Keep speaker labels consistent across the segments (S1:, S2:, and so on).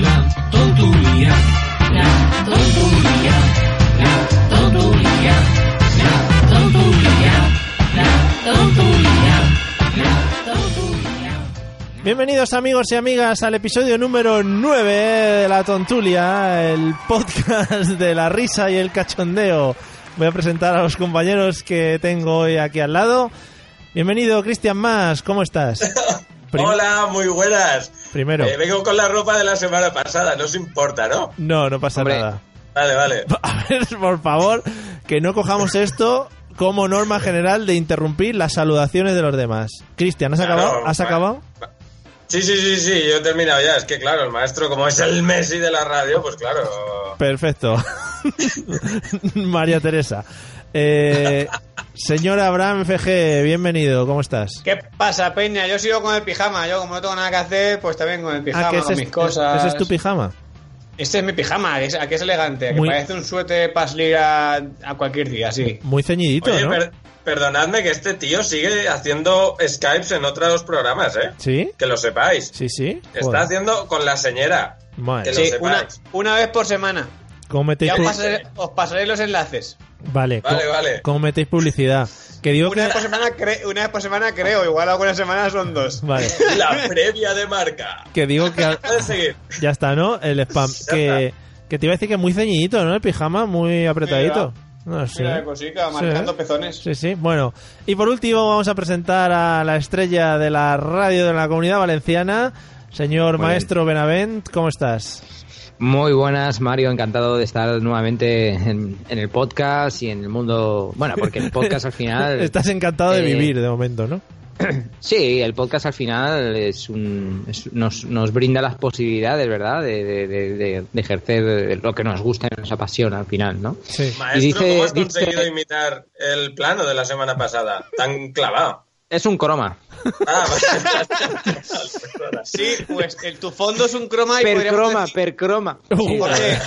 S1: La tontulia, la tontulia, la tontulia, la tontulia, la tontulia, la tontulia.
S2: Bienvenidos amigos y amigas al episodio número 9 de La Tontulia, el podcast de la risa y el cachondeo. Voy a presentar a los compañeros que tengo hoy aquí al lado. Bienvenido Cristian Más, ¿cómo estás? Prim-
S3: Hola, muy buenas.
S2: Primero.
S3: Eh, vengo con la ropa de la semana pasada, no os importa, ¿no?
S2: No, no pasa
S4: Hombre.
S2: nada.
S3: Vale, vale.
S2: A ver, por favor, que no cojamos esto como norma general de interrumpir las saludaciones de los demás. Cristian, ¿has
S3: Claro,
S2: acabado? ¿Has
S3: va-
S2: acabado?
S3: Sí, sí, sí, sí, yo he terminado ya. Es que claro, el maestro, como es el Messi de la radio, pues claro.
S2: Perfecto. María Teresa. Eh, señora Abraham FG, bienvenido, ¿cómo estás?
S5: ¿Qué pasa, Peña? Yo sigo con el pijama. Yo, como no tengo nada que hacer, pues también con el pijama,
S2: Ah, que
S5: con
S2: ese
S5: mis
S2: es-
S5: cosas.
S2: ese es tu pijama.
S5: Este es mi pijama, que es, que es elegante, que
S2: Muy-
S5: parece un suéter para salir a, a cualquier día, sí.
S2: Muy ceñidito,
S3: Oye,
S2: ¿no?
S3: per- perdonadme que este tío sigue haciendo Skypes en otros programas, ¿eh?
S2: Sí,
S3: Que lo sepáis.
S2: sí, sí.
S3: Está
S2: Joder.
S3: haciendo con la señera.
S2: Madre,
S3: que lo
S5: Sí, una,
S3: sepáis.
S5: una vez por semana.
S2: ¿cómo metéis
S5: Ya os
S2: pu-
S5: pasaré, os pasaré los enlaces.
S2: Vale,
S3: Vale,
S2: ¿cómo-
S3: vale.
S2: cómo metéis publicidad? Que digo
S5: Una
S2: que...
S5: vez por semana, cre- una vez por semana creo, igual algunas semanas son dos.
S2: Vale.
S3: La previa de marca.
S2: Que digo que... al-
S3: Puedes seguir.
S2: Ya está, ¿no? El spam. Que, que te iba a decir que muy ceñidito, ¿no? El pijama, muy apretadito. No sé.
S5: Mira, pues sí, que va
S2: Sí.
S5: marcando pezones.
S2: Sí, sí. Bueno, y por último vamos a presentar a la estrella de la radio de la comunidad valenciana, señor
S4: Muy
S2: maestro Benavent. ¿Cómo estás?
S4: Muy buenas, Mario. Encantado de estar nuevamente en, en el podcast y en el mundo. Bueno, porque el podcast al final.
S2: Estás encantado de
S4: eh,
S2: vivir de momento, ¿no?
S4: Sí, el podcast al final es un, es- nos, nos brinda las posibilidades, ¿verdad? De, de- de- de- de ejercer lo que nos gusta y nos apasiona al final, ¿no?
S2: Sí.
S3: Maestro,
S4: dice-
S3: ¿cómo has
S4: dice-
S3: conseguido imitar el plano de la semana pasada? Tan clavado.
S4: Es un croma.
S3: Ah,
S5: Sí, pues el, tu fondo es un croma y
S4: Per
S5: podríamos
S4: croma,
S5: decir-
S4: per croma.
S2: Uh.
S5: Jorge,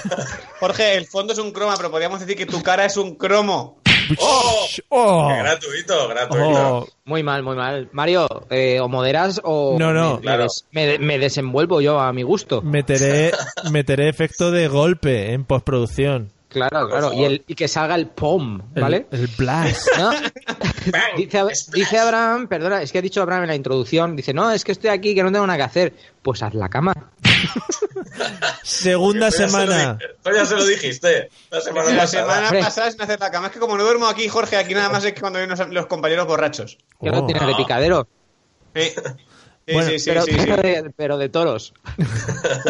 S5: Jorge, el fondo es un croma, pero podríamos decir que tu cara es un cromo.
S3: ¡Oh!
S2: ¡Oh!
S3: Gratuito, gratuito.
S2: ¡Oh!
S4: Muy mal, muy mal. Mario, eh, o moderas o.
S2: No, no. Mm.
S4: Me,
S3: Claro.
S4: me des- me- me desenvuelvo yo a mi gusto.
S2: Meteré, meteré efecto de golpe en postproducción.
S4: Claro, claro. Y, el, y que salga el POM,
S2: El-
S4: ¿vale?
S2: El, blast.
S4: ¿No?
S3: Bang,
S4: dice,
S3: splash.
S4: dice Abraham, perdona, es que ha dicho Abraham en la introducción, dice, no, es que estoy aquí, que no tengo nada que hacer. Pues haz la cama.
S2: Segunda
S3: Esto ya se lo
S2: semana.
S3: di- Esto ya se lo dijiste. La semana
S5: La
S3: pasada.
S5: semana
S4: Hombre.
S5: pasada sin hacer la cama. Es que como no duermo aquí, Jorge, aquí nada más es que cuando vienen los, los compañeros borrachos.
S4: Que
S2: Oh.
S4: no tienes de picadero,
S5: Eh, Sí,
S2: Bueno,
S5: sí, sí,
S4: pero,
S5: sí, sí.
S4: pero De, pero de toros. del,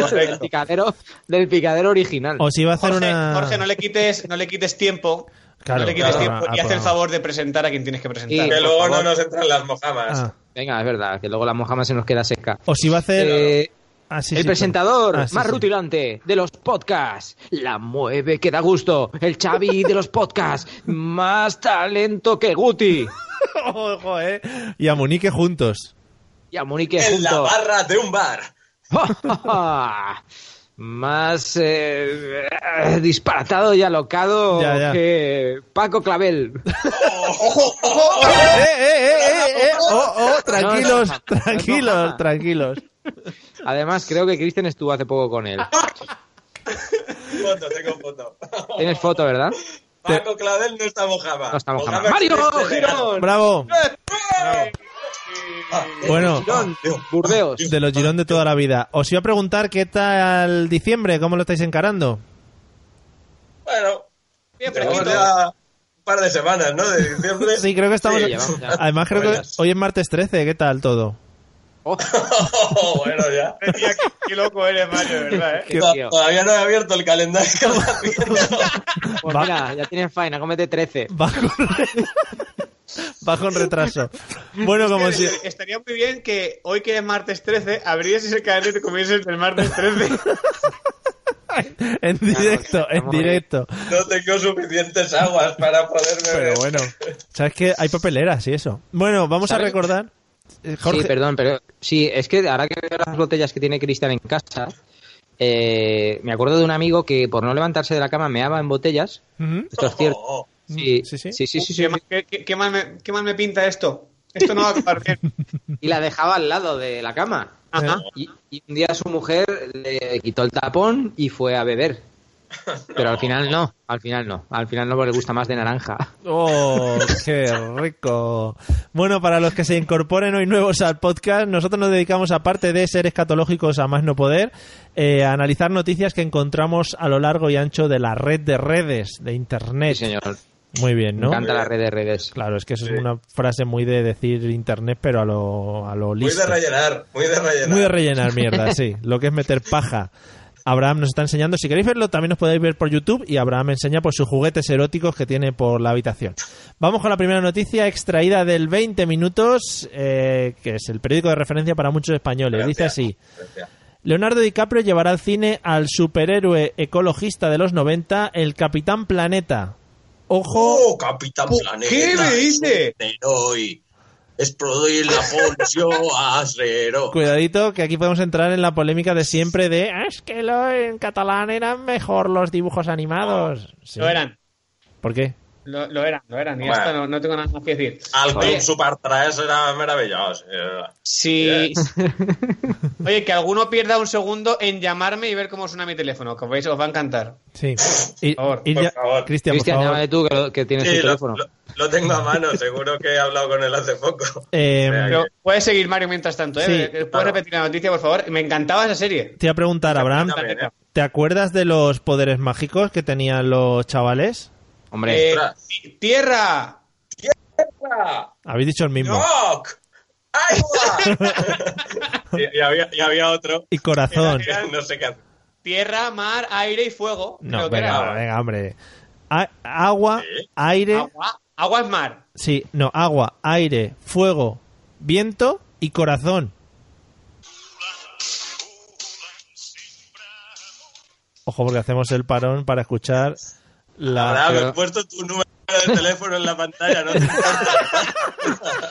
S5: Correcto.
S4: picadero, del picadero original.
S2: Os iba a hacer
S5: Jorge,
S2: una.
S5: Jorge, no le quites, no le quites tiempo.
S2: Claro,
S5: no le quites
S3: claro,
S5: tiempo
S2: ah,
S5: y haz el
S2: programa.
S5: favor de presentar a quien tienes que presentar.
S3: Que
S4: Por
S3: luego no
S4: favor.
S3: nos entran las mojamas.
S2: Ah,
S4: Venga, es verdad, que luego la mojama se nos queda seca.
S2: os iba a hacer.
S4: Eh,
S2: Ah, sí,
S4: el
S2: sí,
S4: presentador
S2: perdón. Ah, sí,
S4: más
S2: sí.
S4: rutilante de los podcasts, la mueve que da gusto, el Xavi de los podcasts, más talento que Guti.
S2: Ojo, eh. Y a Munique juntos.
S4: Y a Monique
S3: En la
S4: juntos.
S3: barra de un bar.
S4: Más eh, eh, disparatado y alocado
S2: Ya, ya.
S4: que Paco Clavel.
S2: eh, eh, eh, eh, eh. Oh, oh, tranquilos,
S4: No, no, no,
S2: tranquilos,
S4: no.
S2: tranquilos.
S4: Además, creo que Kristen estuvo hace poco con él.
S3: Foto, tengo foto.
S4: Tienes foto, ¿verdad?
S3: Paco Clavel no está mojama.
S4: No está mojama.
S3: Mojama
S4: ¡Mario
S3: existe de verano.
S4: Girón!
S2: Bravo. Bueno,
S4: Girón, Burdeos.
S2: de los Eh, Girón de toda la vida. Os iba a preguntar qué tal diciembre, cómo lo estáis encarando.
S3: Bueno,
S5: Bien,
S3: tenemos
S5: fresquito.
S4: eh.
S3: ya un par de semanas, ¿no? De diciembre.
S2: Sí, creo que estamos.
S4: Sí, ya vamos, ya.
S2: Además, creo que
S3: Buenas.
S2: hoy es martes 13, ¿qué tal todo?
S4: Oh,
S3: Oh, bueno, ya.
S5: Tía, qué- qué loco eres, Mario, de verdad, ¿eh?
S4: qué
S3: No,
S4: tío.
S3: Todavía no he abierto el calendario.
S4: Pues mira, ya tienes faena, cómete 13.
S2: Va a correr. Va con retraso. Bueno, como si...
S5: Estaría- Estaría muy bien que hoy que es martes 13, abrieses el calendario y te comieses el martes 13.
S2: En directo, en directo.
S3: No tengo suficientes aguas para poder beber.
S2: Pero bueno, sabes que hay papeleras y eso. Bueno, vamos a
S4: ¿Sabes?
S2: recordar. Eh, Jorge,
S4: Sí, perdón, pero sí, es que ahora que veo las botellas que tiene Cristian en casa, eh, me acuerdo de un amigo que por no levantarse de la cama meaba en botellas.
S2: Ujú.
S4: Esto es cierto.
S3: Oh, oh.
S4: Sí,
S2: Sí,
S4: sí,
S2: sí.
S4: sí. sí, sí.
S5: Qué mal- qué- qué- qué mal me- qué mal me pinta esto. Esto no va a acabar bien.
S4: Y la dejaba al lado de la cama.
S5: Ajá.
S4: Y, y un día su mujer le quitó el tapón y fue a beber. Pero al final no, al final no. Al final no porque le gusta más de naranja.
S2: Oh, qué rico. Bueno, para los que se incorporen hoy nuevos al podcast, nosotros nos dedicamos, aparte de ser escatológicos a más no poder, eh, a analizar noticias que encontramos a lo largo y ancho de la red de redes, de
S4: Sí,
S2: internet.
S4: señor.
S2: Muy bien,
S4: Me
S2: ¿no?
S4: encanta la red de redes.
S2: Claro, es que eso es una frase muy de decir internet, pero a lo, a lo
S3: Muy
S2: listo.
S3: de rellenar, muy de rellenar.
S2: Muy de rellenar mierda, sí. Lo que es meter paja. Abraham nos está enseñando. Si queréis verlo, también os podéis ver por YouTube y Abraham enseña por sus juguetes eróticos que tiene por la habitación. Vamos con la primera noticia extraída del 20 minutos, eh, que es el periódico de referencia para muchos españoles. Dice
S3: Gracias.
S2: así.
S3: Gracias.
S2: Leonardo DiCaprio llevará al cine al superhéroe ecologista de los 90, el Capitán Planeta. Ojo,
S3: ¡Oh, Capitán
S5: ¿Qué
S3: Planeta!
S5: me dice?
S3: es un Héroe. Es producir la función acero.
S2: cuidadito, que aquí podemos entrar en la polémica de siempre de "Ah, es que lo- en catalán eran mejor los dibujos animados. Sí.
S5: Lo eran.
S2: ¿Por qué?
S5: Lo, lo eran, lo eran. Y ya
S3: Bueno.
S5: está, no, no tengo nada más que decir.
S3: Al
S5: Oye.
S3: Club Super 3 era maravilloso. eh.
S5: Si... Oye, que alguno pierda un segundo en llamarme y ver cómo suena mi teléfono, que os, vais- os va a encantar.
S2: Sí. Y,
S5: Por favor,
S2: y
S3: por
S2: ya-
S3: favor.
S2: Cristian, por
S4: Cristian,
S2: favor.
S4: llámale tú que, lo- que tienes
S3: Sí,
S4: tu
S3: lo,
S4: teléfono.
S3: lo- lo tengo a mano, seguro que he hablado con él hace poco.
S2: Eh,
S3: Venga,
S5: Pero puedes seguir, Mario, mientras tanto, ¿eh?
S2: Sí,
S5: ¿Puedes
S3: claro.
S5: repetir la noticia, por favor? Me encantaba esa serie.
S2: te iba a preguntar, Abraham,
S3: También, eh.
S2: ¿te acuerdas de los poderes mágicos que tenían los chavales?
S4: Hombre,
S5: Eh,
S3: ostras.
S5: ¡Tierra!
S2: Habéis dicho el mismo.
S3: ¡Doc! ¡Agua! y, y había, y había otro.
S2: Y corazón.
S3: No sé qué hacer.
S5: Tierra, mar, aire y fuego.
S2: No,
S5: creo que era.
S2: venga, eh. venga, hombre. A- agua,
S3: Sí. Ah,
S2: aire.
S5: Agua, agua es mar.
S2: Sí, no, agua, aire, fuego, viento y corazón. Ojo, porque hacemos el parón para escuchar la.
S3: Ahora
S4: pero-
S3: me he puesto tu número de teléfono en la pantalla, no te importa.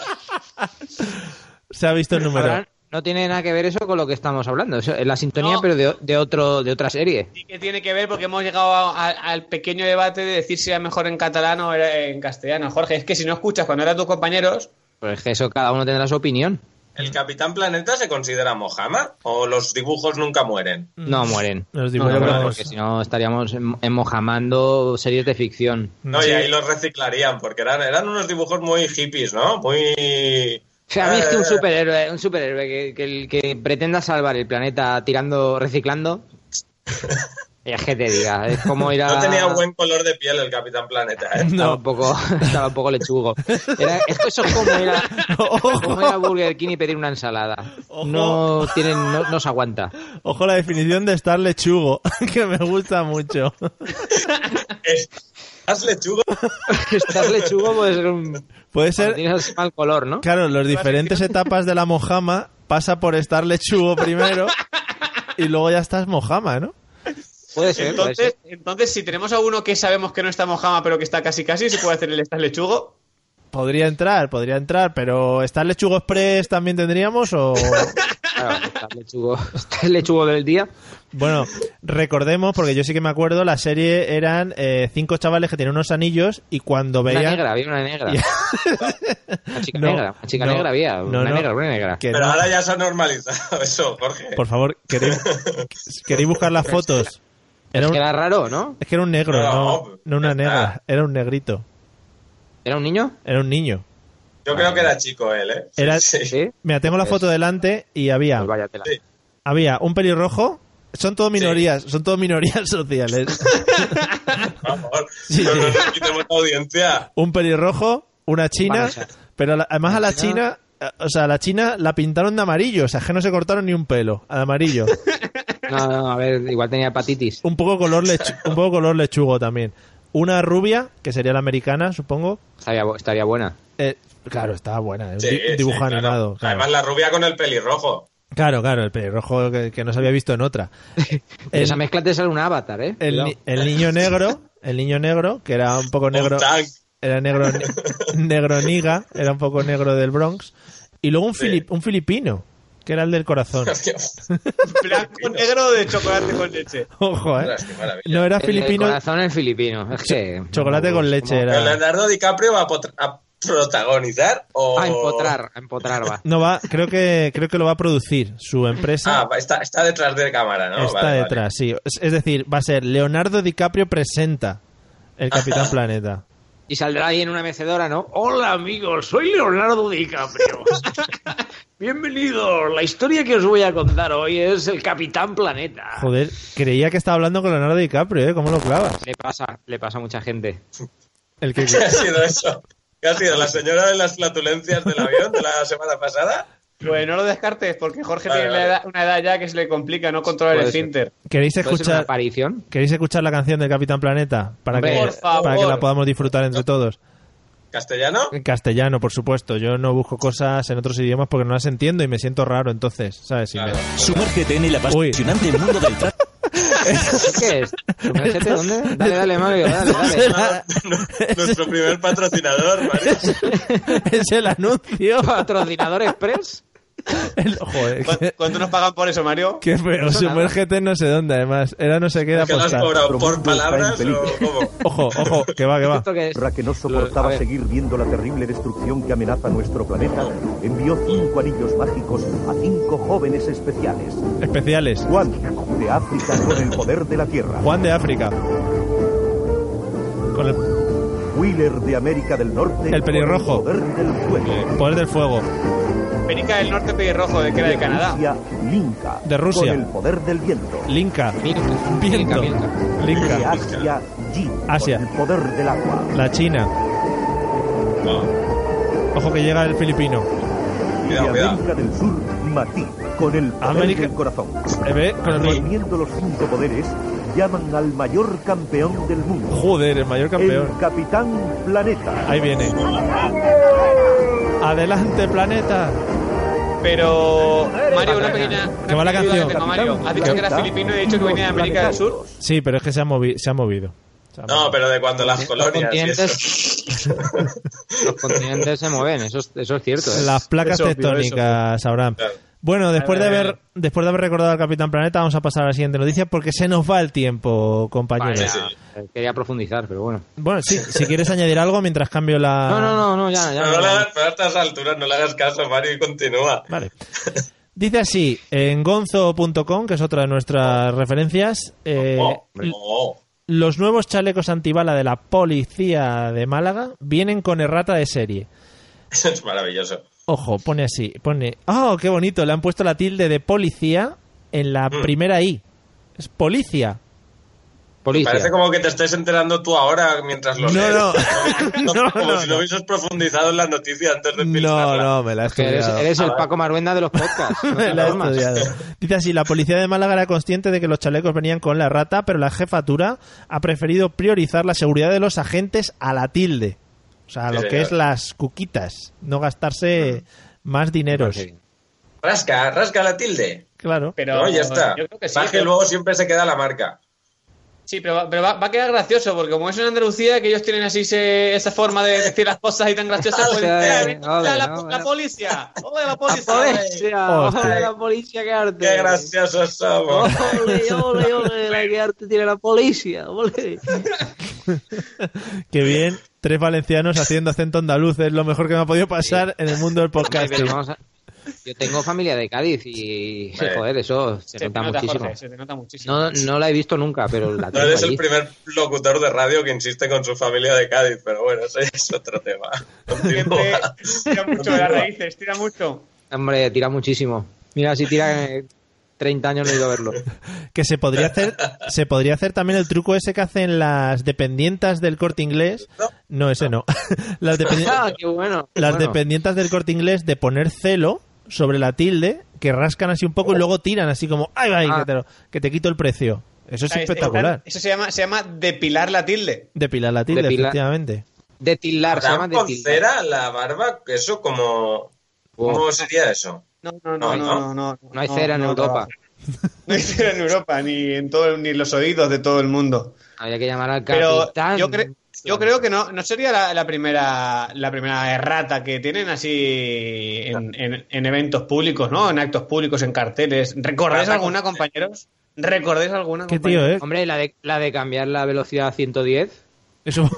S2: Se ha visto el Este número.
S4: Abraham, no tiene nada que ver eso con lo que estamos hablando. Eso Es la sintonía,
S5: No.
S4: pero de, de otro, de otra serie.
S5: Sí que tiene que ver porque hemos llegado a- a- al pequeño debate de decir si era mejor en catalán o era en castellano. Jorge, es que si no escuchas cuando eran tus compañeros,
S4: Pues que eso cada uno tendrá su opinión.
S3: ¿El Capitán Planeta se considera Mohammed o los dibujos nunca mueren?
S4: No mueren.
S2: Mm. Los
S4: No, no,
S2: dibujamos.
S4: no, porque si no estaríamos em- emojamando series de ficción.
S3: No,
S2: Sí.
S3: y ahí los reciclarían, porque eran, eran unos dibujos muy hippies, ¿no? Muy...
S4: O sea, a mí es que
S3: Eh,
S4: un superhéroe, un superhéroe que, que, que pretenda salvar el planeta tirando, reciclando, es que te diga, es como ir a...
S3: No tenía buen color de piel el Capitán Planeta, ¿eh?
S4: Estaba, un poco, estaba un poco lechugo. Era- es que eso es como ir, a, como ir a Burger King y pedir una ensalada. No, tienen, no, no se aguanta.
S2: Ojo la definición de estar lechugo, que me gusta mucho.
S3: Es- ¿Has lechugo?
S4: Estar lechugo puede ser un...
S2: Puede ser,
S4: Tienes así mal color, ¿no?
S2: claro, las diferentes etapas de la mojama pasa por estar lechugo primero y luego ya estás mojama, ¿no?
S4: Puede ser, puede ser.
S5: entonces, entonces si tenemos a uno que sabemos que no está mojama pero que está casi casi, se puede hacer el estás lechugo.
S2: Podría entrar, podría entrar, pero ¿estar lechugo express también tendríamos o...?
S4: Claro, estar lechugo, estar lechugo del día.
S2: Bueno, recordemos, porque yo sí que me acuerdo, la serie eran eh, cinco chavales que tenían unos anillos y cuando
S4: Una
S2: veían...
S4: negra, había una negra. Una chica
S2: No,
S4: negra, una chica
S2: no,
S4: negra había.
S2: no,
S4: Una
S2: no.
S4: negra, una negra.
S2: que
S3: Pero
S2: no-
S3: ahora ya se ha normalizado eso, Jorge.
S2: Por favor, queréis, queréis buscar las fotos. Era
S4: Es
S2: un-
S4: que era raro, ¿no?
S2: Es que era un negro, no,
S3: No,
S2: no,
S3: pues,
S2: una
S3: ya está.
S2: negra, era un negrito,
S4: ¿Era un niño?
S2: era un niño.
S3: Yo creo que era chico él, ¿eh?
S2: Era-
S3: Sí.
S4: Sí.
S2: Mira, tengo la
S4: Pues-
S2: foto delante y había,
S4: Pues vaya tela.
S3: Sí.
S2: había un pelirrojo, son todo minorías, son todo minorías sociales.
S3: Por favor,
S2: Sí,
S3: no
S2: sí.
S3: nos quitemos la audiencia.
S2: Un pelirrojo, una china,
S4: Vanessa.
S2: pero la- además a la china,
S4: China.
S2: eh, o sea, a la china la pintaron de amarillo, o sea, que no se cortaron ni un pelo, de amarillo.
S4: No, no, a ver, igual tenía hepatitis.
S2: un poco color lechu- un poco color lechugo también. Una rubia, que sería la americana, supongo,
S4: Estaría, bu- estaría buena.
S2: Eh, claro, está buena. Es un
S3: Sí,
S2: di- un dibujo
S3: sí, claro.
S2: animado. Claro.
S3: Además, la rubia con el pelirrojo.
S2: Claro, claro, el pelirrojo que, que no se había visto en otra. El,
S4: Esa mezcla te sale un avatar, ¿eh?
S2: el ni- el niño negro, el niño negro, que era un poco negro,
S3: Un tank.
S2: era negro, negro niga, era un poco negro del Bronx. Y luego un,
S3: Sí.
S2: filip- un filipino, que era el del corazón.
S5: Blanco, negro de chocolate con leche.
S2: Ojo, eh.
S3: Ostras, qué maravilla.
S2: No era
S4: El- El
S2: filipino,
S4: corazón es filipino. Es que,
S2: chocolate con leche
S3: ¿Pero
S2: era.
S3: Leonardo DiCaprio va a, potra- a protagonizar o...?
S4: A Ah, empotrar,
S3: Oh.
S4: a empotrar va.
S2: No va, creo que creo que lo va a producir su empresa.
S3: Ah, va- está, está detrás de cámara, ¿no?
S2: Está
S3: Vale, vale.
S2: detrás, sí. Es, es decir, va a ser Leonardo DiCaprio presenta el Capitán Planeta.
S4: Y saldrá ahí en una mecedora, ¿no? Oh, Hola amigos, soy Leonardo DiCaprio. Bienvenidos. La historia que os voy a contar hoy es el Capitán Planeta.
S2: Joder, creía que estaba hablando con Leonardo DiCaprio, ¿eh? ¿Cómo lo clavas?
S4: Le pasa, le pasa a mucha gente.
S2: El que...
S3: ¿Qué ha sido eso? ¿Qué ha sido? ¿La señora de las flatulencias del avión de la semana pasada?
S5: Pues no lo descartes, porque Jorge
S3: Vale,
S5: tiene
S3: vale.
S5: una, edad, una edad ya que se le complica no controlar
S4: Puede
S5: el
S4: ser.
S5: Finter.
S2: ¿Queréis
S4: ¿Puede ser una
S2: escuchar?
S4: aparición?
S2: ¿Queréis escuchar la canción del Capitán Planeta? Para que,
S5: Por favor.
S2: para que la podamos disfrutar entre todos.
S3: ¿Castellano?
S2: En castellano, por supuesto. Yo no busco cosas en otros idiomas porque no las entiendo y me siento raro entonces, ¿sabes? Si me-
S3: Claro.
S6: Sumérgete en el apasionante mundo del tráfico.
S4: ¿Qué es? ¿Sumérgete dónde? Dale, dale, Mario, dale,
S2: Es,
S4: dale.
S2: el,
S3: Ah, Nuestro primer patrocinador, Mario.
S2: es el anuncio.
S4: ¿Patrocinador Express?
S2: El- joder,
S5: ¿Cu-
S2: qué,
S5: ¿Cuánto nos pagan por eso, Mario?
S2: qué feo. Sumérgete no sé dónde, además. Era no sé qué de
S3: ¿Que lo has
S2: apostar.
S3: cobrado por palabras
S7: Está en
S3: o cómo?
S2: Ojo, ojo, que va, que va.
S4: ¿Esto qué es?
S7: Ra que no
S4: A
S7: soportaba
S4: ver.
S7: seguir viendo la terrible destrucción que amenaza nuestro planeta, envió cinco anillos mágicos a cinco jóvenes especiales.
S2: Especiales.
S7: Juan, de África con el poder de la Tierra.
S2: Juan de África. Con el
S7: Wheeler de América del Norte.
S2: El pelirrojo. Eh,
S7: Con el poder del fuego.
S2: poder del fuego.
S5: América del Norte pelirrojo, de que era de Canadá.
S7: Rusia, Linca.
S2: De Rusia.
S7: Con el poder del viento.
S2: Linka.
S4: Milka,
S2: Viento.
S4: Milka.
S7: De
S2: Linka. ah.
S7: Asia, Yi.
S2: Asia.
S7: Con el poder del agua.
S2: La China. Ojo que llega el filipino.
S3: Cuidado,
S7: de
S3: cuidado.
S7: América del Sur, Matí. Con el poder
S2: América-
S7: del corazón.
S2: Eh, ve, con el bol-
S7: Reuniendo los cinco poderes, llaman al mayor campeón del mundo.
S2: Joder, el mayor campeón.
S7: El Capitán Planeta.
S2: Ahí viene. Adelante, planeta.
S5: Pero, Mario, una pequeña.
S2: Que va la
S5: pequeña duda
S2: canción.
S5: que tengo, Mario. Has dicho que era
S7: Planeta,
S5: filipino y he dicho que venía de
S7: los
S5: América del Sur.
S7: planetarios.
S2: Sí, pero es que se ha, movi- se ha movido. Se ha
S3: No,
S2: movido.
S3: pero de cuando las
S4: Eh, Los
S3: colonias y eso.
S4: continentes, los continentes se mueven, eso es, eso es cierto. ¿eh?
S2: Las placas
S5: Es obvio,
S2: tectónicas, sabrán.
S3: Claro.
S2: Bueno, después de
S5: Vale,
S2: haber
S5: vale.
S2: después de haber recordado al Capitán Planeta, vamos a pasar a la siguiente noticia porque se nos va el tiempo, compañeros.
S4: Vaya, eh, Quería profundizar, pero bueno.
S2: Bueno, sí, si quieres añadir algo mientras cambio la
S4: No, no, no, no ya, ya.
S3: Pero no
S4: ya.
S3: le hagas- pero a estas alturas no le hagas caso, Mario, y continúa.
S2: Vale. Dice así, en gonzo.com, que es otra de nuestras referencias, eh,
S3: Oh,
S2: l-
S3: oh.
S2: los nuevos chalecos antibala de la policía de Málaga vienen con errata de serie.
S3: Eso es maravilloso.
S2: Ojo, pone así, pone... ¡Oh, qué bonito! Le han puesto la tilde de policía en la primera I. Es policía.
S4: Policía.
S3: Parece como que te estés enterando tú ahora mientras lo
S2: No,
S3: lees.
S2: no. No,
S3: Como
S2: no,
S3: si
S2: no.
S3: no hubieses profundizado en la noticia antes de
S2: No,
S3: pilfarla.
S2: no, me la he
S4: Que eres,
S2: estudiado.
S4: eres el
S3: Ah,
S4: Paco Maruenda de los podcasts. no te
S2: Me la he
S4: duermas.
S2: estudiado. Dice así, la policía de Málaga era consciente de que los chalecos venían con la rata, pero la jefatura ha preferido priorizar la seguridad de los agentes a la tilde. O sea, a
S3: Sí,
S2: lo que
S3: señor.
S2: es las cuquitas, no gastarse más dineros.
S4: Parece bien.
S3: Rasca, rasca la tilde.
S2: Claro.
S5: Pero,
S3: No, ya está.
S5: Yo creo que sí.
S3: Baje
S5: pero-
S3: luego siempre se queda la marca.
S5: Sí, pero, va- pero va, va a quedar gracioso, porque como es en Andalucía, que ellos tienen así ese- esa forma de decir las cosas y tan graciosas, pues,
S4: Ole,
S5: eh,
S4: ole,
S5: la, la-
S4: ole.
S5: la policía! ¡Ole, la
S4: ¡La
S5: policía!
S4: policía!
S2: Hostia. eh.
S4: ¡Ole, la policía, qué arte!
S3: ¡Qué graciosos somos!
S4: ¡Ole, ole, ole! La que arte tiene la policía! ¡Ole!
S2: Qué bien. Tres valencianos haciendo acento andaluz es lo mejor que me ha podido pasar en el mundo del
S4: Ay, pero
S2: podcasting.
S4: vamos a- Yo tengo familia de Cádiz y,
S3: Vale.
S4: joder, eso se,
S5: Se te
S4: nota
S5: nota,
S4: muchísimo.
S5: Jorge, se te nota muchísimo.
S4: No, no la he visto nunca, pero la
S3: No
S4: tengo
S3: eres
S4: allí.
S3: el primer locutor de radio que insiste con su familia de Cádiz, pero bueno, eso ya es otro tema.
S5: Siempre
S3: Continúa.
S5: tira mucho de las raíces, tira mucho.
S4: Hombre, tira muchísimo. Mira, si tira eh, 30 años no he ido a verlo.
S2: Que se podría hacer, se podría hacer también el truco ese que hacen las dependientas del corte inglés.
S3: No.
S2: No, ese no. Las dependientes.
S4: ¡Ah, qué bueno!
S2: las
S4: Bueno,
S2: dependientas del corte inglés de poner celo sobre la tilde, que rascan así un poco y luego tiran así como, ¡ay, ay!
S4: Oh. Ah.
S2: Que, te lo- que te quito el precio. Eso es
S5: O sea, es-
S2: espectacular.
S5: Eso se llama, se llama depilar la tilde.
S2: Depilar la tilde,
S4: Depilar.
S2: efectivamente.
S4: Detillar, se llama
S3: ¿Harán con
S4: detillar.
S3: cera la barba? ¿Eso como...
S4: Oh.
S3: ¿Cómo sería eso?
S5: No, no,
S3: No,
S5: no, no, no. No,
S4: No hay cera en Europa.
S5: No hay cera en Europa, ni en todo, ni en los oídos de todo el mundo.
S4: Habría que llamar al
S5: Pero
S4: capitán.
S5: yo, cre- yo creo que no, no sería la, la primera la primera errata que tienen así en, en- en eventos públicos, ¿no? En actos públicos, en carteles. ¿Recordáis
S3: Errata
S5: alguna,
S3: con-
S5: compañeros? ¿Recordáis alguna?
S2: Qué tío,
S5: compañeros?
S2: ¿eh?
S4: Hombre, la de, la de cambiar la velocidad a 110
S2: Eso...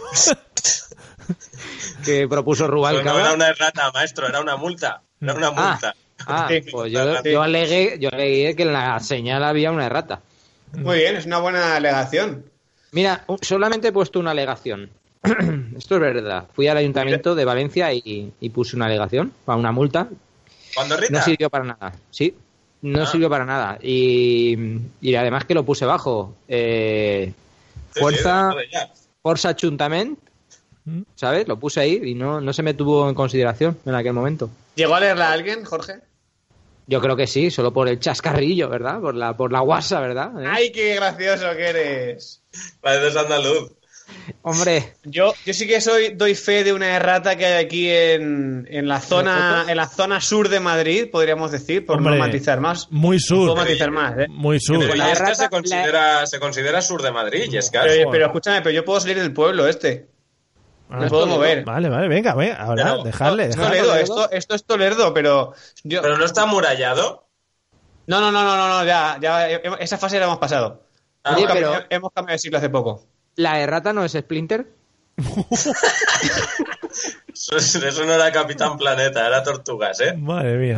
S4: que propuso
S3: Pero no era
S4: Rubalcaba.
S3: una errata, maestro, era una multa. Era una multa.
S4: Ah,
S5: Sí.
S4: pues yo, yo alegué, yo alegué que en la señal había una errata.
S2: ¿eh?
S5: Muy bien, es una buena alegación.
S4: Mira, u- solamente he puesto una alegación. Esto es verdad. Fui al ayuntamiento de Valencia y, y puse una alegación para una multa.
S3: Cuando
S4: No
S3: Rita,
S4: sirvió para nada. Sí,
S3: Ah.
S4: no sirvió para nada. Y, y además que lo puse bajo. Eh,
S3: Sí,
S4: fuerza,
S3: sí, joder, ya.
S4: Forza Ayuntament,
S2: Mm.
S4: ¿sabes? Lo puse ahí y no, no se me tuvo en consideración en aquel momento.
S5: ¿Llegó a leerla alguien, Jorge?
S4: Yo creo que sí, solo por el chascarrillo, ¿verdad? Por la, por la guasa, ¿verdad? ¿Eh?
S5: ¡Ay, qué gracioso que eres!
S3: Pareces andaluz.
S4: Hombre,
S5: Yo, yo sí que soy, doy fe de una errata que hay aquí en, en la zona en la zona sur de Madrid, podríamos decir, por
S2: Hombre.
S5: no matizar más.
S2: Muy
S5: Puedo
S2: sur.
S5: matizar más, ¿eh?
S2: Muy sur. Ah.
S3: Pero
S4: la
S3: Yesca
S4: errata-
S3: se, considera, se considera sur de Madrid, Yesca.
S5: Pero, pero escúchame, pero yo puedo salir del pueblo este.
S2: Ah,
S5: Me puedo mover.
S2: Vale, vale, venga, venga. Ahora,
S3: Pero-
S2: dejadle,
S5: Es
S2: dejadle.
S5: Toledo, esto, esto es Toledo, pero yo...
S3: Pero no está amurallado.
S5: No, no, no, no, no, no, ya, ya, eh, esa fase ya la hemos pasado.
S3: Ah,
S4: Oye,
S5: hemos,
S4: pero-
S5: cambiado, hemos cambiado de siglo hace poco.
S4: ¿la errata no es Splinter?
S3: Eso, eso no era Capitán Planeta, era Tortugas, ¿eh?
S2: Madre mía.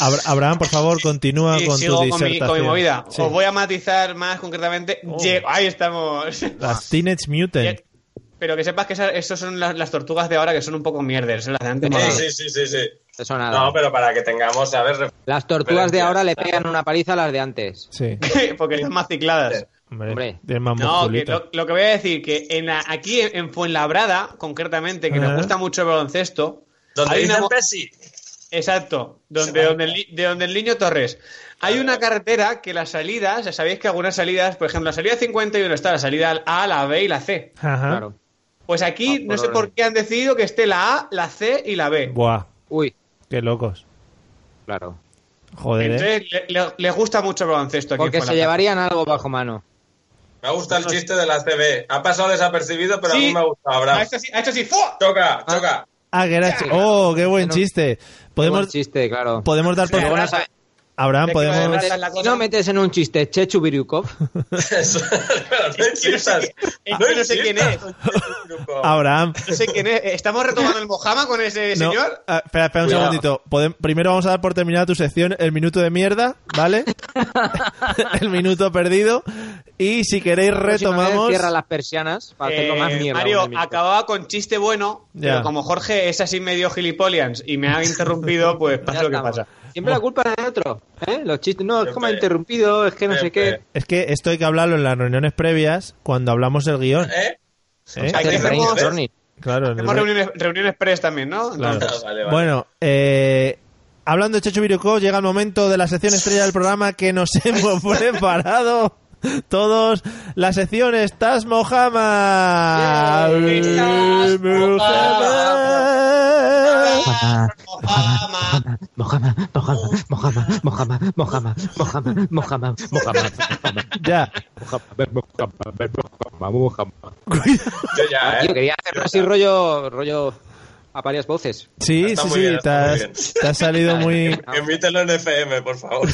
S2: Abra- Abraham, por favor, continúa
S5: Y
S2: Ah, con
S5: sigo
S2: tu
S5: con mi,
S2: disertación.
S5: con mi movida.
S2: Sí.
S5: Os voy a matizar más concretamente.
S2: Oh.
S5: Lle- Ahí estamos.
S2: Las Teenage Mutant.
S5: Lle- Pero que sepas que esas esos son las, las tortugas de ahora que son un poco mierders. Las de antes.
S3: Sí,
S5: molaban.
S3: Ah, sí, sí, sí, sí.
S4: Eso nada.
S3: No, pero para que tengamos, a ver,
S4: Las tortugas de ahora le pegan una paliza a las de antes.
S2: Sí.
S5: Porque están más cicladas.
S2: Hombre,
S4: Hombre.
S2: tiene más
S5: No, que
S2: musculito.
S5: lo, lo que voy a decir, que en la- aquí en, en Fuenlabrada, concretamente, que
S2: Ajá.
S5: nos gusta mucho el baloncesto,
S3: donde
S5: hay una
S3: dicen
S5: mo-
S3: Pessi.
S5: Exacto, donde, donde, el, ni- de donde el niño Torres. Hay una carretera que las salidas, ya sabéis que algunas salidas, por ejemplo, la salida 51 está la salida A, la B y la C.
S2: Ajá.
S4: Claro.
S5: Pues aquí
S4: Ah, por
S5: no sé
S4: orden.
S5: por qué han decidido que esté la A, la C y la B.
S2: Buah,
S4: Uy,
S2: qué locos.
S4: claro.
S2: Joder, ¿eh?
S5: Entonces le- le- les gusta mucho el baloncesto aquí. en
S4: Porque se
S5: Fuenlabrada.
S4: llevarían algo bajo mano.
S3: Me gusta el chiste de la CB. Ha pasado desapercibido, pero a mí
S5: Sí.
S3: me ha gustado,
S5: Ha
S3: Abraham.
S5: hecho así, ha hecho así, ¡fua!
S3: Choca, choca.
S2: Ah, que era- Oh, qué buen
S4: Bueno,
S2: chiste.
S4: Podemos...
S2: Podemos,
S4: chiste, claro.
S2: podemos dar por...
S4: Luego no sabe-
S2: Abraham,
S5: Ya que iba a
S2: podemos...
S5: Esa es la
S4: Si
S5: cosa.
S4: no metes en un chiste Chechu Biryukov,
S3: Eso, pero no insistas.
S5: es que no sé quién es.
S2: Abraham.
S5: No sé quién es. ¿Estamos retomando el Mojama con ese
S2: no,
S5: señor?
S2: ah, espera, espera un
S4: Cuidado.
S2: segundito. Podem- primero vamos a dar por terminada tu sección, el minuto de mierda, ¿vale? el minuto perdido. Y si queréis
S4: la próxima vez
S2: retomamos...
S4: cierra las persianas para hacerlo
S5: Eh,
S4: más mierda.
S5: Mario
S4: aún de mí.
S5: acababa con chiste bueno,
S2: Ya.
S5: pero como Jorge es así medio gilipollas y me ha interrumpido, pues
S4: Ya
S5: pasa lo que
S4: estamos.
S5: pasa.
S4: Siempre la culpa es de otro. ¿eh? Los chistes, no, es como ha
S3: Siempre.
S4: interrumpido, es que no sé qué.
S3: Siempre.
S2: Es que esto hay que hablarlo en las reuniones previas cuando hablamos el guión.
S3: ¿Eh?
S2: ¿eh?
S5: sea, Aquí que-
S4: Hacer
S5: hacemos-
S4: brainstorming.
S2: Claro, en el-
S5: Hacemos reuniones, reuniones press también, ¿no?
S2: Claro.
S3: Ah, vale, vale.
S2: Bueno, eh, hablando de Chechu Virucó, llega el momento de la sección estrella del programa que nos hemos preparado todos. La sección Estás Mojama.
S5: Yay, Estás
S2: Mojama.
S5: Mojama.
S4: Mojama, Mojama, Mojama, Mojama, Mojama, Mojama, Mojama, Mojama, Mojama.
S2: Ya.
S3: Yo ya, ¿eh?
S4: Yo Ah, quería hacerlo así rollo, rollo a varias voces.
S2: Sí,
S3: Está
S2: sí,
S3: muy
S2: sí.
S3: bien,
S2: te,
S3: está muy bien.
S2: has, te has salido muy.
S3: Invítelo en FM, por favor.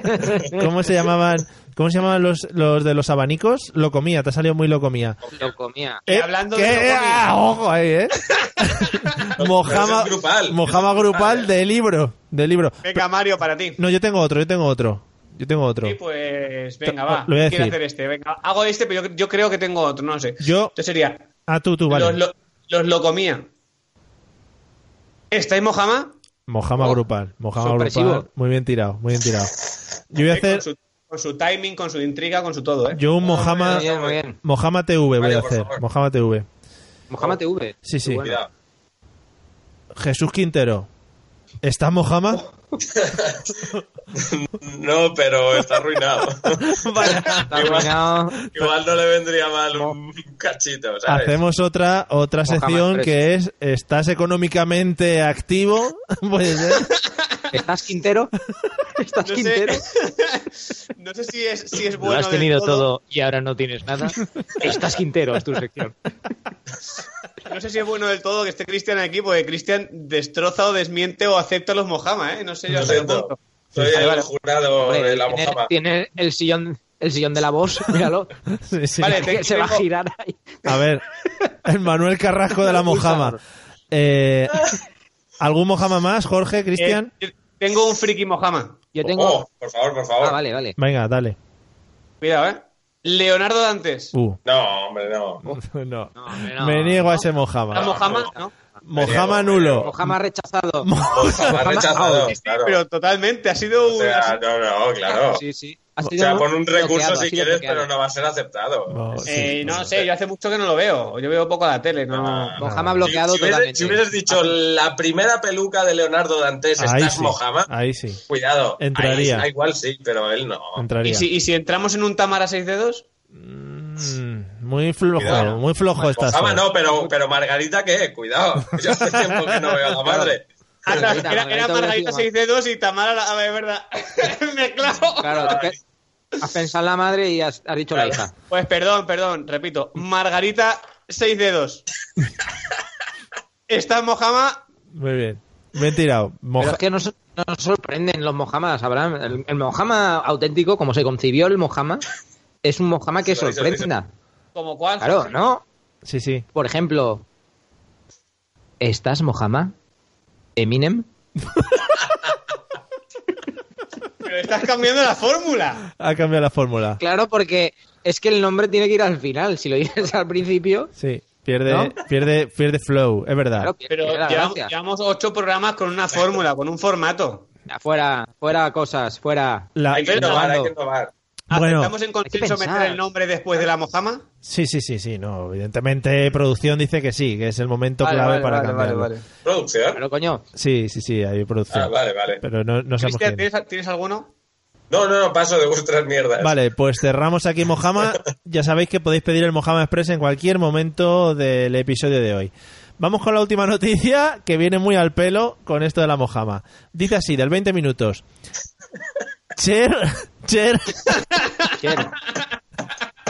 S2: ¿Cómo se llamaban? ¿Cómo se llamaban los, los de los abanicos? Lo comía, te ha salido muy lo comía.
S4: Lo comía.
S5: Y hablando de
S2: Eh, ¿qué?
S5: lo comía.
S2: Ah, ojo ahí, ¿eh? Mojama
S3: Pero es grupal.
S2: Mojama grupal de libro, de libro.
S5: Venga, Mario, para ti.
S2: No, yo tengo otro, yo tengo otro. Yo tengo otro.
S5: Sí, pues venga,
S2: Lo-
S5: va.
S2: lo voy a
S5: Quiero
S2: decir.
S5: hacer este. Venga, hago este, pero yo, yo creo que tengo otro, no sé.
S2: Yo
S5: Entonces sería
S2: Ah, tú, tú, vale.
S5: los, lo- los locomía. ¿Estáis Mojama?
S2: Mojama
S4: Oh,
S2: grupal, Mojama
S4: sorpresivo.
S2: grupal. Muy bien tirado, muy bien tirado. Yo voy a hacer
S5: Con su, con su timing, con su intriga, con su todo, ¿eh?
S2: yo un Mojama
S4: Muy bien, muy bien.
S2: Mojama TV voy
S3: Vale,
S2: a
S3: por
S2: hacer,
S3: favor.
S2: Mojama TV.
S4: Mojama TV.
S2: Sí, sí.
S4: Bueno,
S3: Cuidado.
S2: Jesús Quintero. ¿Está Mojama?
S3: No, pero está arruinado.
S2: Vaya.
S4: Terminado.
S3: Igual no le vendría mal un cachito, ¿sabes?
S2: Hacemos otra otra
S4: Moja
S2: sección
S4: más
S2: que es ¿Estás económicamente activo? Puede ser.
S4: ¿Estás Quintero? ¿Estás
S5: No sé,
S4: Quintero?
S5: no sé si es, si es
S4: Lo
S5: bueno.
S4: has
S5: del
S4: tenido todo. y ahora no tienes nada. Estás Quintero, es tu sección.
S5: No sé si es bueno del todo que esté Cristian aquí, porque Cristian destroza o desmiente o acepta los Mojama, ¿eh? No sé yo
S3: Lo
S5: hasta qué
S3: siento.
S5: punto.
S3: Soy
S5: Vale,
S3: el
S5: vale.
S3: jurado de la
S4: Tiene-
S3: mojama.
S4: tiene el sillón, el sillón de la voz, míralo.
S2: Sí, sí.
S5: Vale, te-
S4: que se va a
S5: tengo-
S4: girar ahí.
S2: A ver, el Manuel Carrasco de la Mojama. Eh, ¿Algún Mojama más, Jorge, Cristian?
S5: Eh, tengo un friki Mojama.
S4: Yo tengo.
S3: Oh, por favor, por favor.
S4: Ah, vale, vale.
S2: Venga, dale.
S5: Cuidado, ¿eh? Leonardo Dantes.
S2: Uh,
S3: No, hombre, no.
S2: no.
S4: No, hombre, no.
S2: Me niego a ese
S5: ¿La
S2: Mojama.
S5: Mojama? ¿no?
S2: Mojama nulo.
S4: Mojama rechazado.
S3: Mojama rechazado,
S5: Sí, sí,
S3: claro.
S5: pero totalmente. Ha sido
S3: O
S5: un...
S3: sea, no, no, claro.
S4: Ah, Sí, sí. Ha
S3: O
S4: sido
S3: sea, pon un
S4: bloqueado,
S3: recurso
S4: ha
S3: si
S4: sido
S3: quieres,
S4: bloqueado.
S3: pero no va a ser aceptado.
S2: Oh, sí.
S5: Eh, no sé, yo hace mucho que no lo veo. Yo veo poco la tele, no...
S4: Mojama
S3: Si-
S4: bloqueado
S3: si, hubieras,
S4: totalmente.
S3: si hubieras dicho la primera peluca de Leonardo Dantes,
S2: Ahí
S3: ¿estás
S2: sí.
S3: Mojama?
S2: Ahí sí.
S3: Cuidado.
S2: Entraría.
S3: Ahí- ah, igual sí, pero él no.
S2: Entraría.
S5: ¿Y si, y si entramos en un Tamara 6 dedos?
S2: Mm, muy flojo,
S3: Cuidado.
S2: muy flojo estás.
S3: Mojama
S2: hoy.
S3: no, pero, pero Margarita, ¿qué? Cuidado. Yo hace tiempo que no veo a la madre.
S5: Ah, claro,
S4: Margarita,
S5: era,
S4: Margarita
S5: era
S4: hubiera
S5: Margarita
S4: sido
S5: 6 dedos y Tamara... La... A ver, es verdad. Me clavo.
S4: Claro, te pe- has pensado en la madre y has, has dicho la hija.
S5: Pues perdón, perdón, repito. Margarita, seis dedos. Está Mojama.
S2: Muy bien. Bien tirado. Moja-
S4: Pero es que nos, nos sorprenden los mojamas, Abraham. El, el mojama auténtico, como se concibió el mojama, es un mojama que
S3: Sí, lo dice, lo
S4: sorprenda.
S5: Como cuál.
S4: Claro, ¿no?
S2: Sí, sí.
S4: Por ejemplo, ¿estás mojama? Eminem.
S5: Pero estás cambiando la fórmula.
S2: Ha cambiado la fórmula.
S4: Claro, porque es que el nombre tiene que ir al final. Si lo dices al principio,
S2: Sí. Pierde,
S4: ¿No?
S2: pierde, pierde flow, es verdad.
S4: claro, pierde
S5: Pero
S4: la
S5: llevamos,
S4: gracia.
S5: llevamos ocho programas con una fórmula, con un formato.
S4: Fuera, fuera cosas, fuera.
S2: La-
S3: Hay que
S5: Pero-
S3: innovar, hay que innovar.
S2: Bueno.
S5: ¿Aceptamos Ah, en consenso
S4: pensar.
S5: meter el nombre después de la Mojama?
S2: Sí, sí, sí, sí, no. Evidentemente, producción dice que sí, que es el momento
S4: Vale,
S2: clave
S4: vale,
S2: para
S4: vale,
S2: cambiarlo.
S4: vale, vale.
S3: ¿Producción?
S4: Claro, coño.
S2: Sí, sí, sí, hay producción.
S3: Ah, vale, vale.
S2: Pero no, no sabemos
S5: Cristian,
S2: quién.
S5: ¿tienes, tienes alguno?
S3: No, no, no, paso de vuestras mierdas.
S2: Vale, pues cerramos aquí Mojama. Ya sabéis que podéis pedir el Mojama Express en cualquier momento del episodio de hoy. Vamos con la última noticia que viene muy al pelo con esto de la Mojama. Dice así, del 20 minutos. Cher, Cher,
S4: Cher.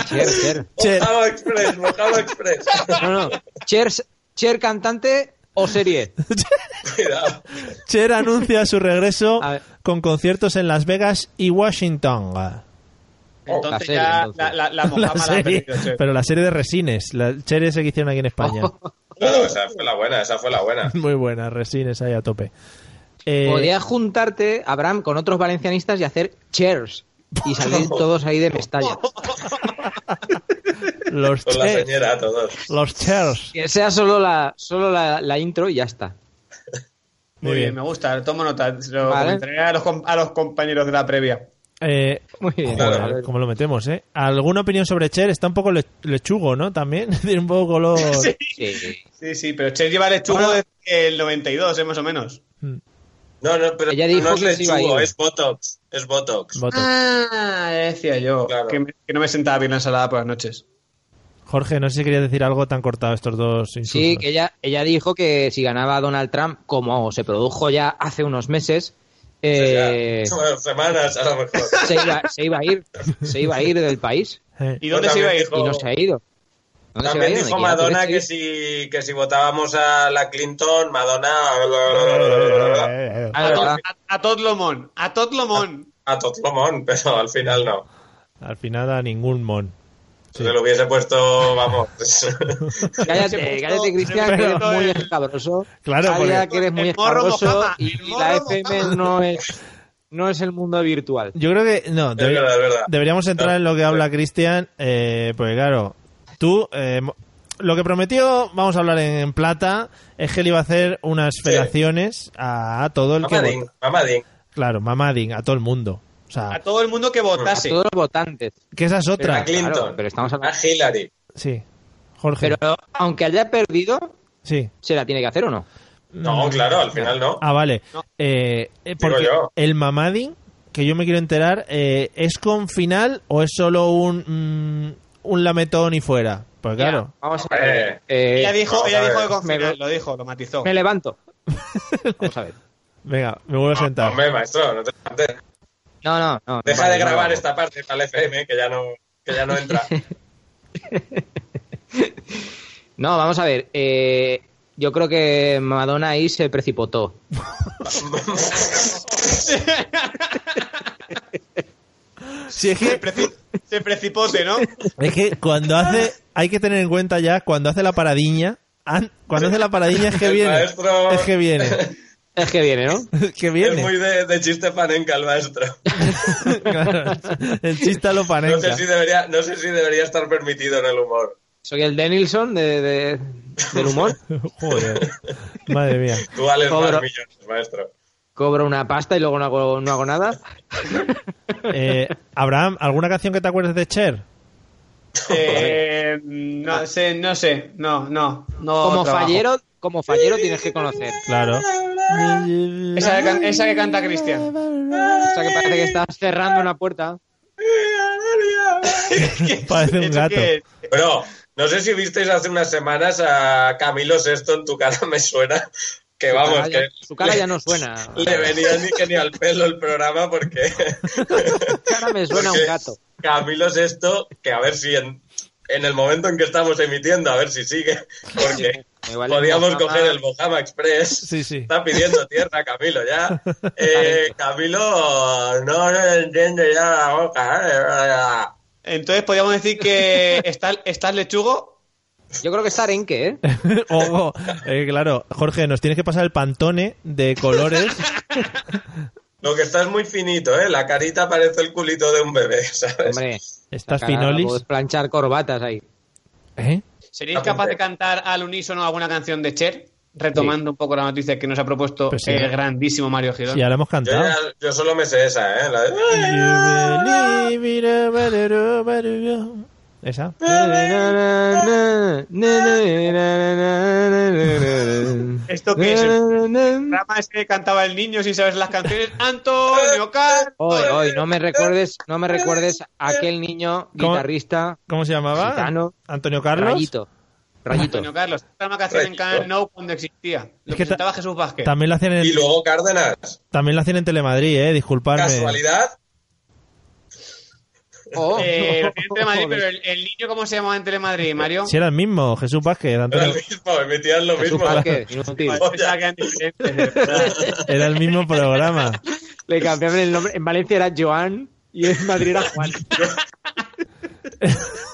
S4: Cher, Cher.
S2: Cher.
S3: Mojama Express, Mojama Express.
S4: No, no. Cher, Cher cantante o serie.
S3: Cuidado.
S2: Cher anuncia su regreso
S4: A ver.
S2: con conciertos en Las Vegas y Washington.
S5: Oh, Entonces
S4: la serie,
S5: ya
S4: entonces.
S5: La, la-
S2: La
S5: la Mojama la, ha
S2: serie-
S5: perdido, che.
S2: pero la serie de resines, la Cher esa que hicieron aquí en España.
S3: Oh. Claro, esa fue la buena, esa fue la buena.
S2: Muy buena, resines ahí a tope. Eh,
S4: Podrías juntarte, Abraham, con otros valencianistas y hacer Chers. Y salir todos ahí de Mestalla.
S2: los
S3: Con la
S2: Cher-
S3: señora, todos.
S2: los Chers.
S4: Que sea solo la, solo la, la intro y ya está.
S5: Muy bien, me gusta. Tomo nota. Se Lo
S4: Vale.
S5: comentaré a los, com- a los compañeros de la previa.
S2: Eh,
S4: Muy bien.
S3: Claro.
S4: A ver.
S2: ¿Cómo lo metemos, eh? ¿Alguna opinión sobre Cher? Está un poco le- lechugo, ¿no? También tiene un poco color...
S4: Sí.
S5: Sí, sí, pero Che lleva el chugo desde el 92, eh, más o menos.
S3: No, no, pero
S4: Ella dijo
S3: no es
S4: que se iba a
S3: lechugo,
S4: ir.
S3: es Botox. Es Botox.
S2: Voto.
S5: Ah, decía yo.
S3: Claro.
S5: Que, me- que no me sentaba bien la ensalada por las noches.
S2: Jorge, no sé si querías decir algo tan cortado estos dos insultos.
S4: Sí, que ella, ella dijo que si ganaba Donald Trump, como se produjo ya hace unos meses, eh,
S3: O sea, semanas a lo mejor.
S4: se, iba, se iba a ir, se iba a ir del país
S2: Eh,
S5: ¿Y dónde se iba a ir?
S4: y no se ha ido. ¿Dónde se
S3: También
S4: va a ir?
S3: dijo
S4: Aquí ya
S3: Madonna que
S4: tienes
S3: si, que si votábamos a la Clinton, Madonna
S2: eh, eh, eh.
S4: Ah,
S5: A,
S4: verdad.
S5: Tot- a- a Todd Lomón. A Todd Lomón.
S3: a Totlomón, pero al final no.
S2: Al final a ningún mon.
S3: Si se lo hubiese puesto, vamos.
S4: Cállate,
S5: puesto-
S4: cállate, Cristian,
S5: se
S4: que eres
S5: puso
S4: muy
S5: el-
S4: escabroso.
S2: Claro,
S4: Calla,
S2: porque-
S4: que eres muy
S5: El morro
S4: escabroso
S5: mojama,
S4: y
S5: el morro
S4: la FM
S5: mojama.
S4: no es, no es el mundo virtual.
S2: Yo creo que... No,
S3: Es
S2: debe-
S3: verdad, es verdad.
S2: deberíamos entrar en lo que habla Cristian, eh, porque claro, tú... eh, mo- lo que prometió, vamos a hablar en, en plata, es que le iba a hacer unas federaciones a, todo el que...
S3: Mamadín,
S2: vota.
S3: mamadín.
S2: Claro, mamadín, a todo el mundo. O
S5: A
S2: sea,
S5: todo el mundo que
S4: A
S5: votase.
S4: todos los votantes.
S2: que esa es
S3: A
S2: otra.
S3: Clinton,
S4: Claro, pero estamos hablando-
S3: a Ah, Hillary.
S2: Sí. Jorge.
S4: Pero aunque haya perdido,
S2: Sí. Pues
S4: ¿se la tiene que hacer o no?
S3: No, claro, al final no.
S2: Ah, vale. Eh, eh, porque
S3: Digo yo.
S2: el mamading, que yo me quiero enterar, eh, ¿es con final o es solo un, mm, un lametón y fuera? Pues claro.
S4: Vamos a
S3: Eh,
S4: ver. Eh,
S5: Ella dijo,
S3: vamos
S5: ella
S3: a
S5: dijo
S3: ver.
S5: que con
S4: Me
S5: final,
S4: lo-
S5: lo dijo, lo matizó.
S4: me levanto. Vamos a ver.
S2: Venga, me vuelvo a sentar.
S3: Hombre, maestro, no te levantes.
S4: No, no, no.
S3: Deja
S4: vale,
S3: de grabar
S4: no.
S3: esta parte para el FM que ya no, que ya no entra.
S4: No, vamos a ver. eh, yo creo que Madonna ahí se precipitó.
S2: Si es
S5: Se,
S2: que,
S5: preci- se precipote, ¿no?
S2: es que cuando hace, hay que tener en cuenta ya, cuando hace la paradiña, an- cuando hace la paradiña es que
S3: El
S2: viene.
S3: maestro-
S2: Es que viene.
S4: Es que viene, ¿no?
S2: Es que
S3: es
S2: viene.
S3: muy de, de chiste panenca el maestro.
S2: Claro, el chiste lo
S3: No
S2: panenca.
S3: sé, si debería, no sé si debería estar permitido en el humor.
S4: Soy el Denilson de, de- del humor.
S2: Joder. Madre mía.
S3: Tú vales
S4: Cobro.
S3: más millones, maestro.
S4: Cobro una pasta y luego no hago, no hago nada.
S2: Eh, Abraham, ¿alguna canción que te acuerdes de Cher?
S5: Eh, no sé, no sé, no, no. no
S4: como
S5: trabajo.
S4: fallero, como fallero tienes que conocer.
S2: Claro.
S5: Esa, que can- esa que canta Cristian.
S4: O sea que parece que estás cerrando una puerta.
S2: Parece un
S5: ¿Eso
S2: gato.
S5: qué es?
S3: Pero no sé si visteis hace unas semanas a Camilo Sesto en tu cara me suena. Que
S4: Su
S3: vamos,
S4: cara ya-
S3: que
S4: su cara ya no suena.
S3: le venía ni que ni al pelo el programa porque
S4: Su cara me suena a un
S3: Porque
S4: gato.
S3: Camilo Sexto, que a ver si en, en el momento en que estamos emitiendo, a ver si sigue, porque
S4: Igual el
S3: podíamos
S4: Mojama-
S3: coger el Bojama Express.
S2: Sí, sí.
S3: Está pidiendo tierra Camilo ya. Eh, Camilo, no, no entiende ya la boca. ¿eh?
S5: Entonces podríamos decir que está, está lechugo.
S4: Yo creo que está arenque, ¿eh?
S3: Pues,
S2: Ojo, eh, claro, Jorge, nos tienes que pasar el pantone de colores.
S3: Lo que está es muy finito, ¿eh? La carita parece el culito de un bebé, ¿sabes?
S4: Hombre,
S2: Estas
S4: cara,
S2: finolis.
S4: puedes planchar corbatas ahí.
S2: ¿Eh?
S5: ¿Seríais capaz de cantar al unísono alguna canción de Cher? Retomando un poco la noticia que nos ha propuesto
S2: Pues sí.
S5: el grandísimo Mario Girón.
S2: Si ya la hemos
S3: Yo,
S2: cantado.
S3: ya- yo solo me sé esa, ¿eh? La de-
S2: You believe in a better world. Esa.
S5: ¿Esto qué es? Rama ese que cantaba el niño sin saber las canciones. Antonio Carlos.
S4: Hoy, hoy, no me recuerdes, no me recuerdes a aquel niño
S2: eh, ¿Cómo?
S4: guitarrista
S2: ¿Cómo se llamaba?
S4: Gitano.
S2: Antonio Carlos.
S4: rayito. Rayito.
S5: Antonio Carlos. Esta rama que hacían en Canal No cuando existía. Lo
S2: Es que ta-
S5: presentaba Jesús Vázquez.
S2: También la hacen
S3: Y
S2: en,
S3: luego Cárdenas.
S2: también la hacen en Telemadrid, eh, disculpadme.
S3: ¿Casualidad?
S4: Oh,
S5: Eh, lo tiene en Telemadrid, pero el, el niño, ¿cómo se llamaba en Telemadrid, Mario?
S2: Si era el mismo, Jesús Vázquez,
S3: Era
S2: Antonio-
S3: el mismo, emitían lo
S4: Jesús
S3: mismo.
S4: Vázquez, inútil.
S3: Joder.
S5: Pensaba que eran diferentes, de verdad.
S2: era el mismo programa.
S4: Le cambiaron el nombre. En Valencia era Joan y en Madrid era Juan.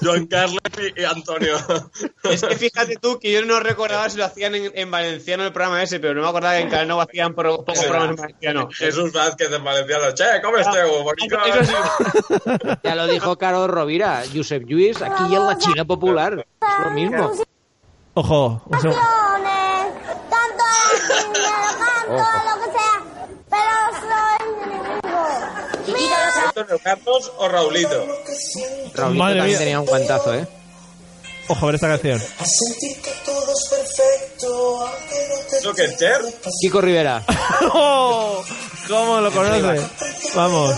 S3: Joan Carlos y- y Antonio.
S5: Es que fíjate tú que yo no recordaba si lo hacían en, en valenciano el programa ese, pero no me acordaba que en Canal No hacían pro- pocos programas en valenciano.
S3: Jesús Vázquez en Valenciano. Che, ¿cómo este huevo, bonito?
S5: Eso sí.
S4: Ya lo dijo Carlos Rovira, Josep Lluís, aquí en la China popular. Es lo mismo.
S2: Ojo, un seg-
S8: Tanto canto, lo que sea, pero soy
S3: ¿Antonio Carlos o Raulito?
S4: Raulito
S2: Madre
S4: también
S2: mía.
S4: tenía un guantazo, ¿eh?
S2: ojo a ver esta canción.
S3: ¿Eso que es Cher?
S4: Kiko Rivera.
S2: ¡Oh! ¿Cómo lo conoce? Vamos.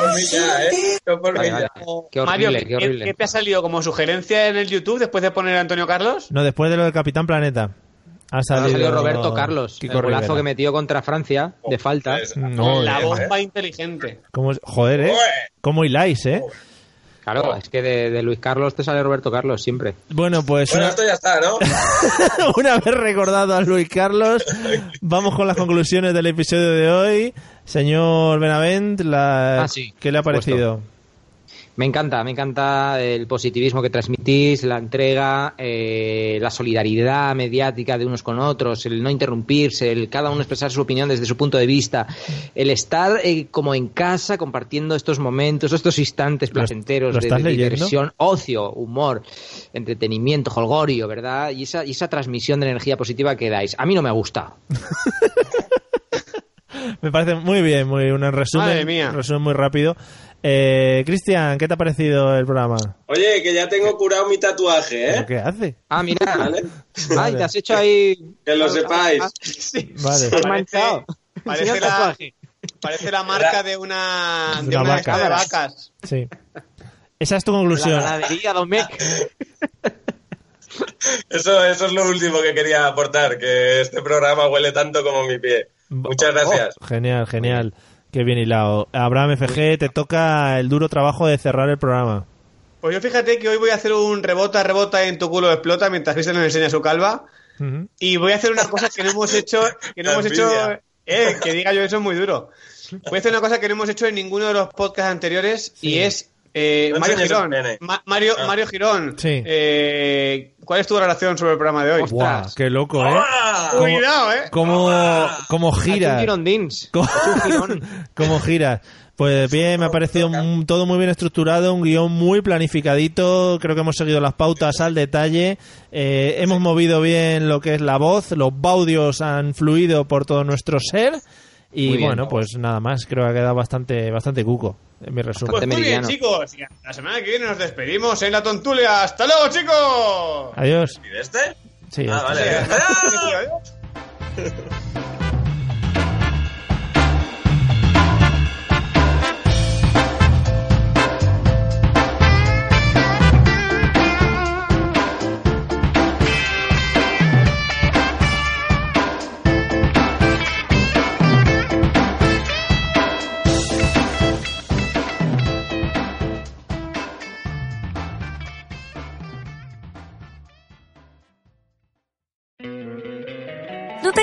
S3: Por mí ya, ¿eh? Yo por mí
S4: Vale,
S3: ya.
S4: vale. Qué horrible,
S5: Mario,
S4: qué
S5: ¿qué,
S4: horrible.
S5: qué te ha salido como sugerencia en el YouTube después de poner a Antonio Carlos?
S2: No, después de lo del Capitán Planeta. Ha
S4: Ha
S2: salido,
S4: salido Roberto Carlos,
S2: Kiko
S4: el golazo
S2: Rivera.
S4: que metió contra Francia de falta.
S3: Es-
S2: No,
S5: la
S2: eh.
S5: bomba inteligente.
S2: ¿Cómo es? Joder, ¿eh?
S3: Ué.
S2: ¿Cómo hiláis, eh?
S4: Claro, es que de, de Luis Carlos te sale Roberto Carlos siempre.
S2: Bueno, pues
S3: Bueno,
S2: una,
S3: esto ya está, ¿no?
S2: una vez recordado a Luis Carlos, vamos con las conclusiones del episodio de hoy. Señor Benavent, la...
S4: Ah, sí,
S2: ¿qué le ha
S4: por supuesto.
S2: parecido?
S4: Me encanta, me encanta el positivismo que transmitís, la entrega, eh, la solidaridad mediática de unos con otros, el no interrumpirse, el cada uno expresar su opinión desde su punto de vista, el estar eh, como en casa compartiendo estos momentos, estos instantes
S2: ¿Lo-
S4: placenteros
S2: lo
S4: de,
S2: estás
S4: de
S2: leyendo?
S4: diversión, ocio, humor, entretenimiento, jolgorio, ¿verdad? Y esa, y esa transmisión de energía positiva que dais. A mí no me gusta.
S2: Me parece muy bien, muy un resumen,
S5: Madre mía.
S2: resumen muy rápido. Eh, Cristian, ¿qué te ha parecido el programa?
S3: Oye, que ya tengo curado mi tatuaje,
S2: ¿Pero
S3: ¿eh?
S2: ¿Qué hace?
S4: Ah, mira.
S3: ¿Vale?
S4: Ay, te has hecho ahí.
S3: Que lo sepáis.
S5: Sí.
S2: Vale.
S4: Te has manchado.
S5: Parece
S4: Enseña el
S5: la,
S4: tatuaje.
S5: parece la marca de una,
S2: De
S5: de
S2: una
S5: una esta de
S2: vaca.
S5: vacas.
S2: Sí. Esa es tu
S4: La
S2: conclusión.
S4: ganadería, Domecq.
S3: Eso, eso es lo último que quería aportar, que este programa huele tanto como mi pie. Muchas gracias.
S2: Genial, genial. Qué bien hilado. Abraham FG, te toca el duro trabajo de cerrar el programa.
S5: Pues yo fíjate que hoy voy a hacer un rebota, rebota en tu culo explota mientras Cristian nos enseña su calva.
S2: Ujú.
S5: Y voy a hacer una cosa que no hemos hecho, que no
S3: La
S5: hemos hecho,
S3: envidia.
S5: eh, que diga yo eso es muy duro. Voy a hacer una cosa que no hemos hecho en ninguno de los podcasts anteriores y es eh,
S3: No
S5: Mario
S3: enseñes
S5: Girón.
S3: el pene.
S5: Ma- Mario,
S3: Ah.
S5: Mario Girón.
S2: Sí.
S5: eh, ¿Cuál es tu valoración sobre el programa de hoy?
S4: Ostras.
S2: Guau, qué loco, ¿eh?
S3: ¡Ah!
S2: ¿Cómo-
S5: Cuidado, eh.
S2: ¿Cómo, cómo
S4: Hazte un
S2: giras?
S4: girondins.
S2: ¿Cómo,
S4: Hazte un girón.
S2: cómo giras? Pues bien, me ha parecido un- todo muy bien estructurado, un guión muy planificadito, creo que hemos seguido las pautas al detalle, eh, hemos movido bien lo que es la voz, los baudios han fluido por todo nuestro ser y
S4: Muy bien.
S2: bueno, pues nada más, creo que ha quedado bastante, bastante cuco en mi resumen.
S5: Pues muy bien,
S4: Meridiano.
S5: chicos. Y La semana que viene nos despedimos en la tontulia. ¡Hasta luego, chicos!
S2: Adiós.
S3: ¿Y de este?
S2: Sí,
S3: Ah,
S2: hasta-
S3: vale. ¡Ah!
S9: ¿No te